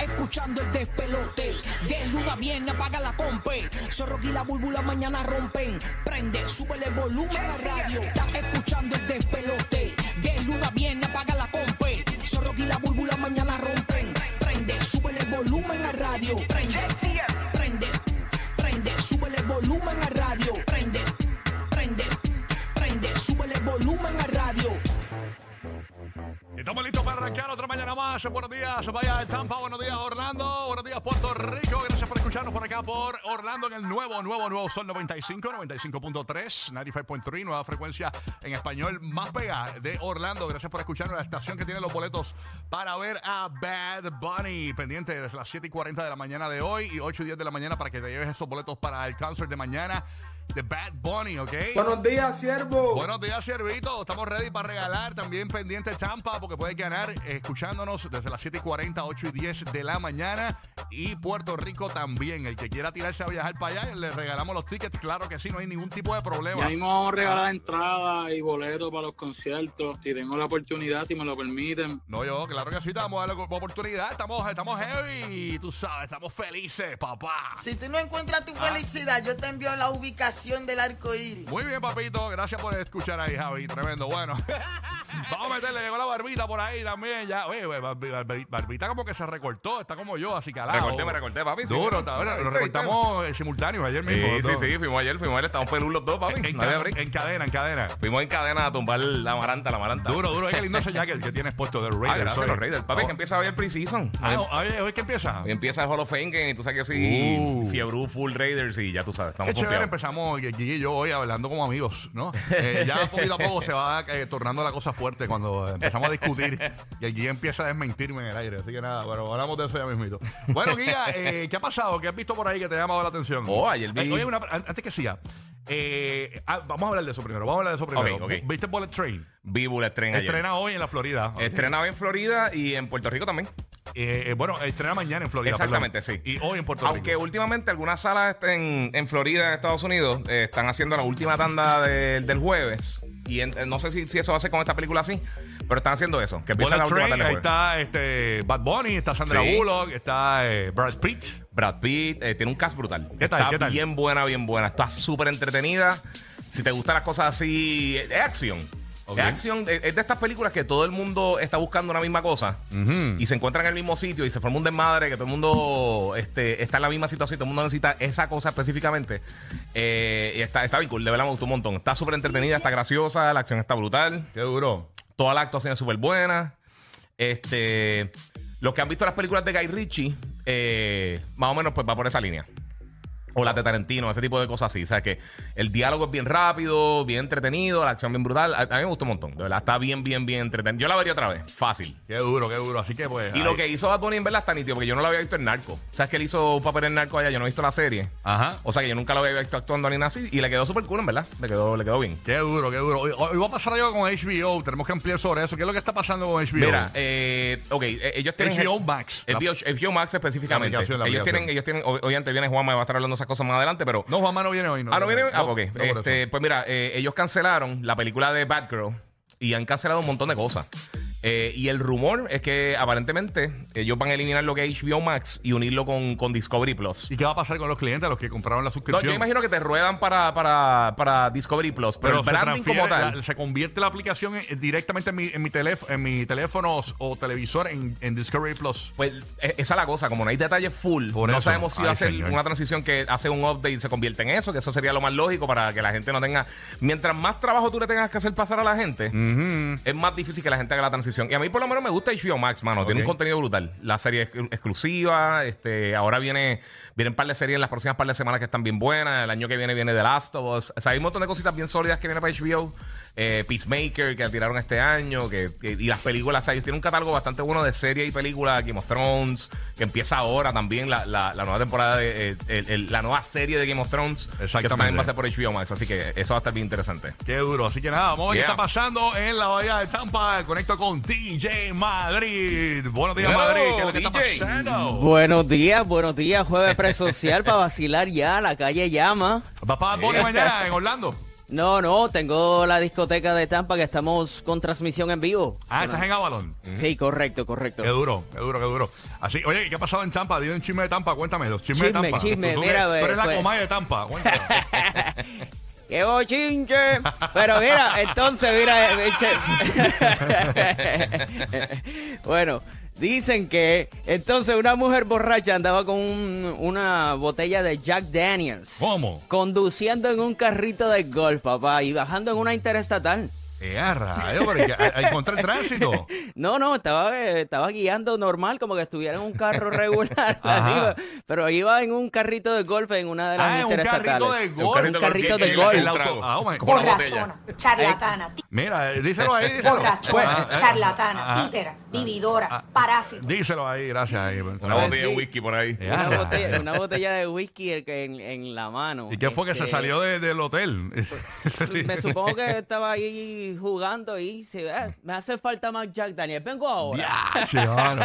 escuchando el despelote. De luna viene, apaga la compe. Zorro y la búlbula mañana rompen. Prende, súbele volumen a radio. Estás escuchando el despelote. De luna viene, apaga la compe. Zorro y la búlbula mañana rompen. Prende, súbele volumen a radio. Prende, prende, prende, súbele volumen a radio. Prende, prende, prende, súbele volumen a radio. Estamos listos para arrancar otra mañana más. Buenos días, vaya Tampa. Buenos días, Orlando. Buenos días, Puerto Rico. Gracias por escucharnos por acá, por Orlando, en el nuevo, nuevo, nuevo Sol 95, 95.3, 95.3, nueva frecuencia en español más pega de Orlando. Gracias por escucharnos. La estación que tiene los boletos para ver a Bad Bunny. Pendiente desde las 7 y 40 de la mañana de hoy y 8 y 10 de la mañana para que te lleves esos boletos para el concert de mañana de Bad Bunny, ¿ok? Buenos días, siervo. Buenos días, Ciervito. Estamos ready para regalar. También pendiente Champa, porque puedes ganar eh, escuchándonos desde las 7 y 40, 8 y 10 de la mañana. Y Puerto Rico también. El que quiera tirarse a viajar para allá, le regalamos los tickets. Claro que sí, no hay ningún tipo de Ya problema. mismo vamos a regalar entradas y boletos para los conciertos, si tengo la oportunidad, si me lo permiten. No, yo, claro que sí, te vamos a dar la oportunidad. Estamos, estamos heavy. Tú sabes, estamos felices, papá. Si tú no encuentras tu felicidad, yo te envío la ubicación del arco iris. Muy bien, papito. Gracias por escuchar ahí, Javi. Tremendo. Bueno, vamos a meterle. Llegó la barbita por ahí también. Ya, oye, oye, barbi- barbi- barbita como que se recortó. Está como yo, así calado. Recorté, me recorté, papi. sí. Duro, está- ahora lo recortamos eh, simultáneo ayer mismo. Sí, los sí, dos. sí, fuimos ayer, fuimos ayer, estamos pelú los dos, papi. En, en No había ca- break. en cadena, en cadena. Fuimos en cadena a tumbar la amaranta, la amaranta. Duro, duro. Oye, Qué lindo ese jacket que tienes puesto de Ah, Raiders. gracias, hoy. los Raiders. Papi, Oh. que empieza a ver preseason. Ah, oh, oye, hoy que empieza. Hoy empieza el Hall of Fame Game y tú sabes que yo soy Uh. fiebrú full Raiders y ya tú sabes, Qué estamos chévere, confiados. empezamos Gigi y yo hoy hablando como amigos, ¿no? Eh, ya poquito a poco se va eh, tornando la cosa fuerte cuando empezamos a discutir y el Gigi empieza a desmentirme en el aire. Así que nada, bueno, hablamos de eso ya mismito. Bueno, Guía, eh, ¿qué ha pasado? ¿Qué has visto por ahí que te ha llamado la atención? Oh, ayer vi- Eh, oye, una- an- antes que siga, eh, ah, vamos a hablar de eso primero, vamos a hablar de eso primero. Ok, ok. ¿Viste Bullet Train? Vi Bullet Train ayer. Estrena hoy en la Florida. Estrenaba en Florida y en Puerto Rico también. Eh, eh, bueno, estrena mañana en Florida. Exactamente, perdón. sí. Y hoy en Puerto Aunque Rico. últimamente algunas salas en, en Florida, en Estados Unidos, eh, están haciendo la última tanda de- del jueves. Y en- no sé si, si eso va a ser con esta película así, pero están haciendo eso. Que empieza la Bullet última Train, tanda del ahí jueves. está este, Bad Bunny, está Sandra Sí. Bullock, está eh, Brad Pitt. Brad Pitt eh, tiene un cast brutal. ¿Qué tal, Está qué tal? bien buena, bien buena. Está súper entretenida. Si te gustan las cosas así, es acción. Ok. Es acción. Es es de estas películas que todo el mundo está buscando una misma cosa y se encuentran en el mismo sitio y se forma un desmadre que todo el mundo este, está en la misma situación y todo el mundo necesita esa cosa específicamente. Eh, y está, está bien cool, de verdad me gustó un montón. Está súper entretenida, está graciosa, la acción está brutal. Qué duro. Toda la actuación es súper buena. Este, los que han visto las películas de Guy Ritchie, eh, más o menos pues va por esa línea. O las de Tarantino, ese tipo de cosas así. O sea, que el diálogo es bien rápido, bien entretenido, la acción bien brutal. A, a mí me gustó un montón. De verdad, está bien, bien, bien entretenido. Yo la vería otra vez, fácil. Qué duro, qué duro. Así que pues. Y lo ahí- que hizo Bad Bunny en verdad está nítido, porque yo no lo había visto en Narco. O sea, es que él hizo un papel en Narco allá, yo no he visto la serie. Ajá. O sea, que yo nunca lo había visto actuando ni nada así. Y le quedó súper cool, en verdad. Le quedó, le quedó bien. Qué duro, qué duro. Hoy, hoy va a pasar algo con HBO. Tenemos que ampliar sobre eso. ¿Qué es lo que está pasando con HBO? Mira, eh, ok, eh, ellos tienen... HBO Max. El HBO, HBO Max específicamente. La aplicación, la ellos, aplicación. tienen, ellos tienen, ob- obviamente viene Juanma y va a estar hablando de esas cosas más adelante, pero... No, Juanma no viene hoy. ah, no viene. Ah, ok. no por eso. Este, pues mira, eh, ellos cancelaron la película de Batgirl y han cancelado un montón de cosas. Eh, y el rumor es que aparentemente ellos van a eliminar lo que es HBO Max y unirlo con, con Discovery Plus. ¿Y qué va a pasar con los clientes, los que compraron la No, suscripción? yo imagino que te ruedan para, para, para Discovery Plus, pero pero, el se, branding como transfiere, tal. la- se convierte la aplicación en- directamente en mi, en mi teléfono, en mi teléfono o- o televisor en, en Discovery Plus. Pues e- esa es la cosa, como no hay detalles full, Por no eso. sabemos si va Ay, a ser señor. una transición que hace un update y se convierte en eso, que eso sería lo más lógico para que la gente no tenga. Mientras más trabajo tú le tengas que hacer pasar a la gente, es más difícil que la gente haga la transición. Y a mí por lo menos me gusta HBO Max, mano. Tiene Ok. un contenido brutal. La serie es ex- exclusiva, este, ahora viene, vienen par de series en las próximas par de semanas que están bien buenas. El año que viene viene The Last of Us. O sea, hay un montón de cositas bien sólidas que viene para HBO. Eh, Peacemaker que tiraron este año que, que- y las películas, o sea, ellos tienen un catálogo bastante bueno de series y películas, Game of Thrones, que empieza ahora también la, la- la nueva temporada de eh, el- el- la nueva serie de Game of Thrones, que eso Exactamente. también va a ser por HBO Max, así que eso va a estar bien interesante. Qué duro. Así que nada, vamos a ver qué Yeah. está pasando en la Bahía de Tampa. Conecto con DJ Madrid. Buenos días, Hello, Madrid. ¿Qué es lo que DJ. está pasando? Buenos días, buenos días, jueves presocial para vacilar ya, la calle llama. ¿Vas para Bad Bunny Eh. mañana en Orlando? No, no, tengo la discoteca de Tampa que estamos con transmisión en vivo. Ah, estás en Avalon. Sí, correcto, correcto. Qué duro, qué duro, qué duro. Así, oye, ¿qué ha pasado en Tampa? Dime un chisme de Tampa, cuéntame, los chismes de Chisme, Tampa. chisme, Tú- tú mira, eres- Tú eres la pues- comaya de Tampa, cuéntame. ¡Qué bochinche! Pero mira, entonces, mira, eh, che- bueno, dicen que entonces una mujer borracha andaba con un- una botella de Jack Daniels. ¿Cómo? Conduciendo en un carrito de golf, papá, y bajando en una interestatal. Eh, a rayo, pero hay que- hay que encontrar el tránsito. No, no, estaba, eh, estaba guiando normal, como que estuviera en un carro regular. Ajá. así, pero iba en un carrito de golf en una de las Ah, en un carrito de interestatales. golf. Un carrito de El- golf. el auto- Ah, oh my- con una botella. Borrachona, charlatana, tí- Mira, eh, díselo ahí. díselo. Ah, eh, borrachona, ah, ah, charlatana, ah. títera, ah, vividora, parásito. Díselo ahí, gracias. Ahí, Una Pues botella sí. de whisky por ahí. Eh, Una Ah, botella, una botella de whisky el que en, en la mano. ¿Y qué fue que se Este, salió de- del hotel? Me supongo que estaba ahí jugando y se "Ah, me hace falta más Jack Daniel. Vengo ahora. Ya, che, mano.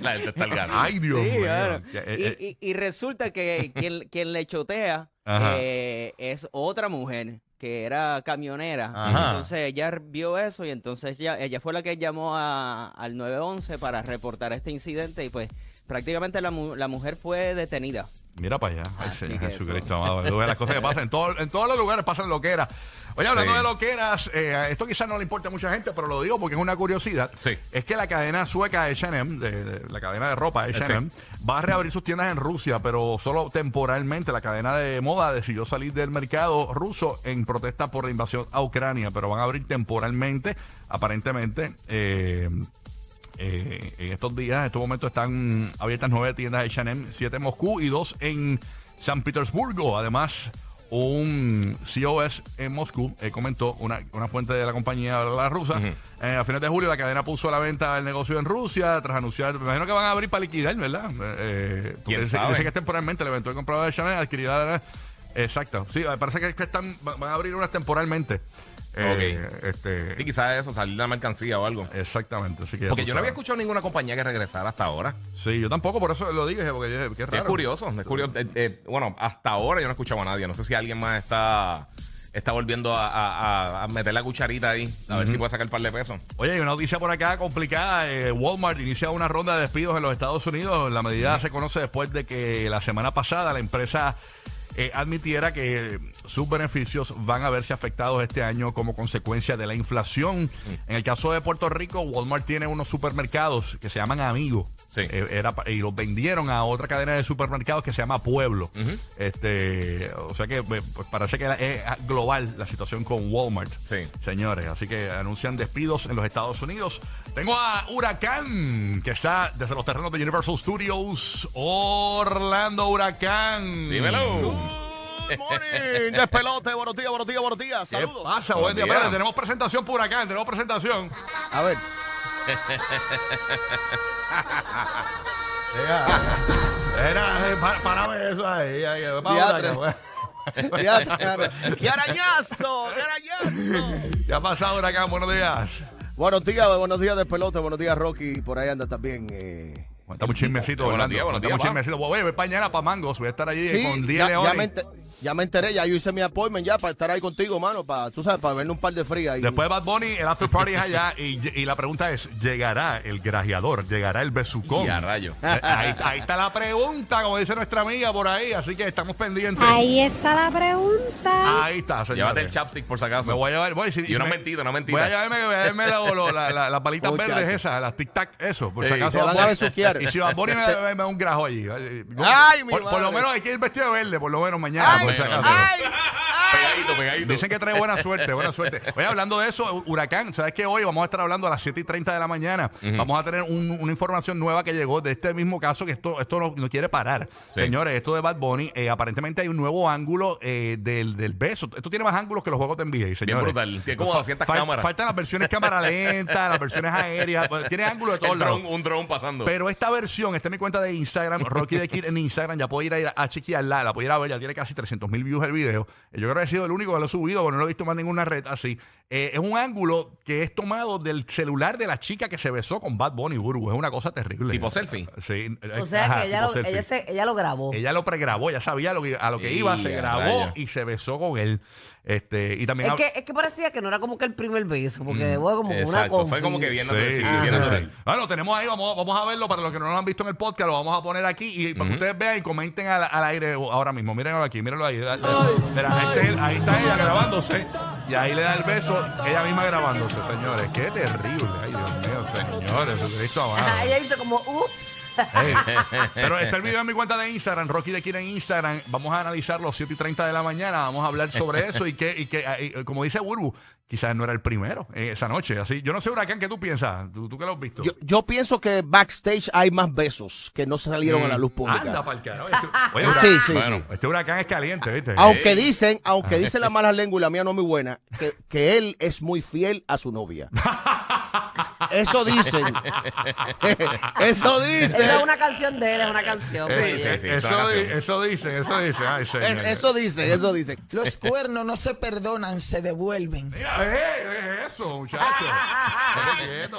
La gente está al garo. Ay, Dios Sí, mío. claro. Ya, eh, Y- eh, y, y resulta que quien, quien le chotea Ajá. eh, es otra mujer que era camionera. Ajá. Entonces ella vio eso y entonces ella, ella fue la que llamó a- al 911 para reportar este incidente y pues prácticamente la, mu- la mujer fue detenida. Mira para allá. Ah, Ay, Señor que eso. Jesucristo, amado. Tú ves las cosas que pasan. En, todo- en todos los lugares pasan loqueras. Oye, hablando Sí. de loqueras, eh, esto quizás no le importa a mucha gente, pero lo digo porque es una curiosidad. Sí. Es que la cadena sueca H&M, de- de- la cadena de ropa H&M, va a reabrir sus tiendas en Rusia, pero solo temporalmente. La cadena de moda decidió salir del mercado ruso en protesta por la invasión a Ucrania, pero van a abrir temporalmente, aparentemente. eh, eh, en estos días, en estos momentos están abiertas nueve tiendas de H&M, siete en Moscú y dos en San Petersburgo. Además, un COS en Moscú eh, comentó, una, una fuente de la compañía la rusa, eh, a fines de julio la cadena puso a la venta el negocio en Rusia tras anunciar, me imagino que van a abrir para liquidar, ¿verdad? Eh, eh, porque ¿Quién dice- sabe? dice que es temporalmente el eventual comprador de H&M adquirirá... Exacto, sí, eh, parece que, que están, va- van a abrir unas temporalmente. Eh, Ok. este, Sí, quizás eso, salir de la mercancía o algo. Exactamente, así que Eh, ya Porque tú yo no había sabes. escuchado ninguna compañía que regresara hasta ahora. Sí, yo tampoco, por eso lo dije, porque yo- qué Que raro. Es curioso, es curioso. Eh, eh, bueno, hasta ahora yo no escuchaba a nadie. No sé si alguien más está, está volviendo a, a- a- a meter la cucharita ahí. A ver si puede sacar un par de pesos. Oye, hay una noticia por acá complicada. eh, Walmart inicia una ronda de despidos en los Estados Unidos. La medida se conoce después de que la semana pasada la empresa eh, admitiera que sus beneficios van a verse afectados este año como consecuencia de la inflación. En el caso de Puerto Rico, Walmart tiene unos supermercados que se llaman Amigos. Sí. Eh, era pa- y los vendieron a otra cadena de supermercados que se llama Pueblo. Este, o sea que eh, pues parece que la- es global la situación con Walmart. Sí. Señores, así que anuncian despidos en los Estados Unidos. Tengo a Huracán, que está desde los terrenos de Universal Studios, Orlando Huracán. Dímelo. Good morning, despelote, buenos días, buenos días, buenos días, ¿Qué saludos. pasa? Buenos Buen día. días. Espérate, tenemos presentación por Huracán, tenemos presentación. A ver. Era, eh, pa- parame eso ahí. ahí, ahí. Vamos, Diatre. Huracán, bueno. pues. ¡Qué arañazo! ¡Qué arañazo! ¿Qué ha pasado, Huracán? Buenos días. buenos días, buenos días, despelote, buenos días, Rocky. Por ahí anda también. eh. Estamos chismecitos, Buenos Orlando. días, buenos Estamos días, chismecitos. Voy, voy para mañana para Mangos. Voy a estar allí Sí, con 10 ya, ya me leones. enter- ya me enteré, ya yo hice mi appointment ya para estar ahí contigo, mano, para, tú sabes, para vernos un par de frías. y- Después de Bad Bunny, el after party es allá. Y, y la pregunta es: ¿llegará el grajeador? ¿Llegará el besucón? Y a rayo. Eh, ahí, ahí está la pregunta, como dice nuestra amiga por ahí. Así que estamos pendientes. Ahí está la pregunta. Ahí está, señores. Llévate el chapstick por si acaso. Me voy a llevar. Voy, si- Y una si me- mentira, una mentira. Voy a llevarme, voy a llevarme la- lo- la- la- las palitas Muchacho. verdes esas, las tic tac, eso. Por si Sí, acaso. te Bad van a Bunny- besuquear. Y si Bad Bunny me, Te- me- me da un grajo allí. Ay, Ay, mi por, por lo madre. menos hay que ir vestido de verde, por lo menos mañana. ¡Ay! por si acaso. ¡Ay! Pegadito, pegadito. Dicen que trae buena suerte, buena suerte. Oye, hablando de eso, Huracán, ¿sabes qué? Hoy vamos a estar hablando a las 7 y 30 de la mañana. Vamos a tener un- una información nueva que llegó de este mismo caso, que esto, esto no, no quiere parar. Sí. Señores, esto de Bad Bunny, eh, aparentemente hay un nuevo ángulo eh, del, del beso. Esto tiene más ángulos que los juegos de NBA, señores. brutal. Tiene como 200 cámaras. Faltan las versiones cámara lenta, las versiones aéreas. bueno, Tiene ángulos de El todos lados. dron, un dron pasando. Pero esta versión está en mi cuenta de Instagram, Rocky de Kid en Instagram. Ya puedo ir a, a chequearla, la puedo ir a ver. Ya tiene casi 300 mil views el video. Eh, Yo creo creo que he sido el único que lo he subido, pero no lo he visto más en ninguna red así. Eh, es un ángulo que es tomado del celular de la chica que se besó con Bad Bunny Burbu. Es una cosa terrible. Eh, Tipo selfie. Sí. O sea Ajá, que ella tipo lo, ella, selfie. se- ella lo grabó. Ella lo pregrabó, ya sabía lo que- a lo que Y iba, se a grabó rayos. y se besó con él. Este, y también es, hab- que, es que parecía que no era como que el primer beso, porque fue como que una Mm, Exacto, fue como que confusión. bien Sí, natural. sí, Sí, sí, bien sí. natural. Bueno, tenemos ahí, vamos, vamos a verlo para los que no lo han visto en el podcast, lo vamos a poner aquí y para que ustedes vean y comenten al, al aire ahora mismo. Mírenlo aquí, mírenlo ahí. Dale, dale. Mira, este es el- ahí está ella grabándose y ahí le da el beso, ella misma grabándose, señores. Qué terrible, ay Dios mío, señores, Jesucristo amado. Ajá, ella hizo como, ups. Ey, Pero está el video en mi cuenta de Instagram, Rocky de Kira en Instagram. Vamos a analizarlo a 7 y 30 de la mañana. Vamos a hablar sobre eso y que, y que ah, y, eh, como dice Burbu, quizás no era el primero eh, esa noche. Así, yo no sé, Huracán, ¿qué tú piensas? ¿Tú, tú que lo has visto? Yo, yo pienso que backstage hay más besos que no salieron a la luz pública. Mm, Anda para el carajo. Este, oye, Ah, Sí, huracán- sí, bueno, este huracán es caliente, ¿viste? Eh, Aunque dicen, aunque dicen las malas lenguas y la mía no es muy buena, que, que él es muy fiel a su novia. Eso dicen. Eso dicen. Esa es una canción de él, es una canción. Eh, sí, sí, eh, sí, es una eso, di- canción. eso dice, eso dice. Ay, señor. Es- eso dicen, eso dicen. Los cuernos no se perdonan, se devuelven. Mira, eh, eh, eso, muchachos.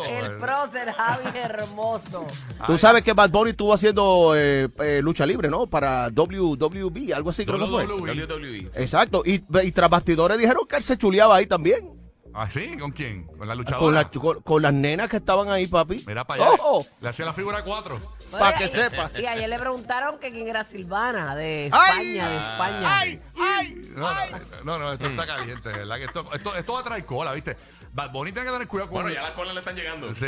El prócer Javi Hermoso. Tú sabes que Bad Bunny estuvo haciendo eh, eh, lucha libre, ¿no? Para WWB, algo así creo que fue. WWE. Exacto. Y, y tras bastidores dijeron que él se chuleaba ahí también. ¿Así? ¿Ah, ¿Con quién? ¿Con la luchadora? Con, la- Oh. con- con las nenas que estaban ahí, papi. Mira para allá. ¡Ojo! Le hacía la figura 4. Bueno, Pa' que y- sepa. Y ayer le preguntaron que quién era Silvana, de ¡Ay! España, de España. No, no, no, no, esto Mm. está caliente, de ¿verdad? Que esto, esto, esto va a traer cola, ¿viste? Bad Bunny tiene que tener cuidado con Bueno, ya las colas le están llegando. Sí.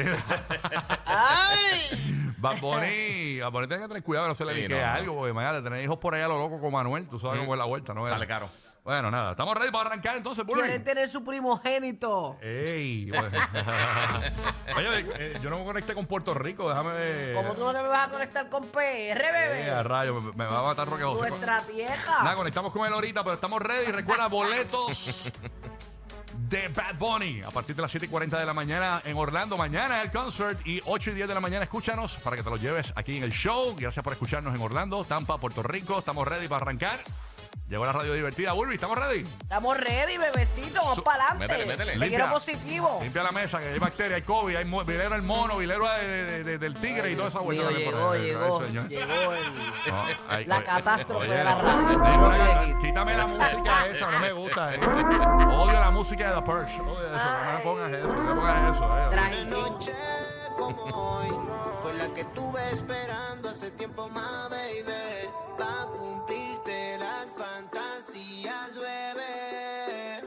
Bad Bunny, Bad Bunny tiene que tener cuidado que no se le Sí, liquee no, no. algo, porque mañana tener hijos por allá lo loco con Manuel, tú sabes cómo es la vuelta, ¿no? Sale caro. Bueno, nada, estamos ready para arrancar entonces, Burby. Quieren tener su primogénito. Ey, bueno. Oye, eh, yo no me conecté con Puerto Rico, déjame ver. ¿Cómo tú no me vas a conectar con PR, Eh, a bebé? rayo, me, me va a matar Roque José. Nuestra Nada, vieja. conectamos con él ahorita, pero estamos ready. Recuerda, boletos de Bad Bunny a partir de las 7 y 40 de la mañana en Orlando. Mañana el concert y 8 y 10 de la mañana. Escúchanos para que te lo lleves aquí en el show. Gracias por escucharnos en Orlando, Tampa, Puerto Rico. Estamos ready para arrancar. Llegó la radio divertida, Burby. ¿Estamos ready? Estamos ready, bebecito. Vamos para métele, adelante. métele. Te Limpia. quiero positivo. Limpia la mesa, que hay bacterias, hay COVID, hay mo- vilero el mono, vilero de- de- de- del tigre y toda esa Dios vuelta. mío, que hay por llegó, ahí. Ay, llegó, señor. llegó el- No, ay, la oye, catástrofe oye, de la no. radio. Ay, ahora, Quítame la música esa, no me gusta. eh. Odio la música de The Purge. Odio eso, no me pongas eso, no me pongas eso. eh. Trágico. como hoy fue la que estuve esperando hace tiempo más, baby.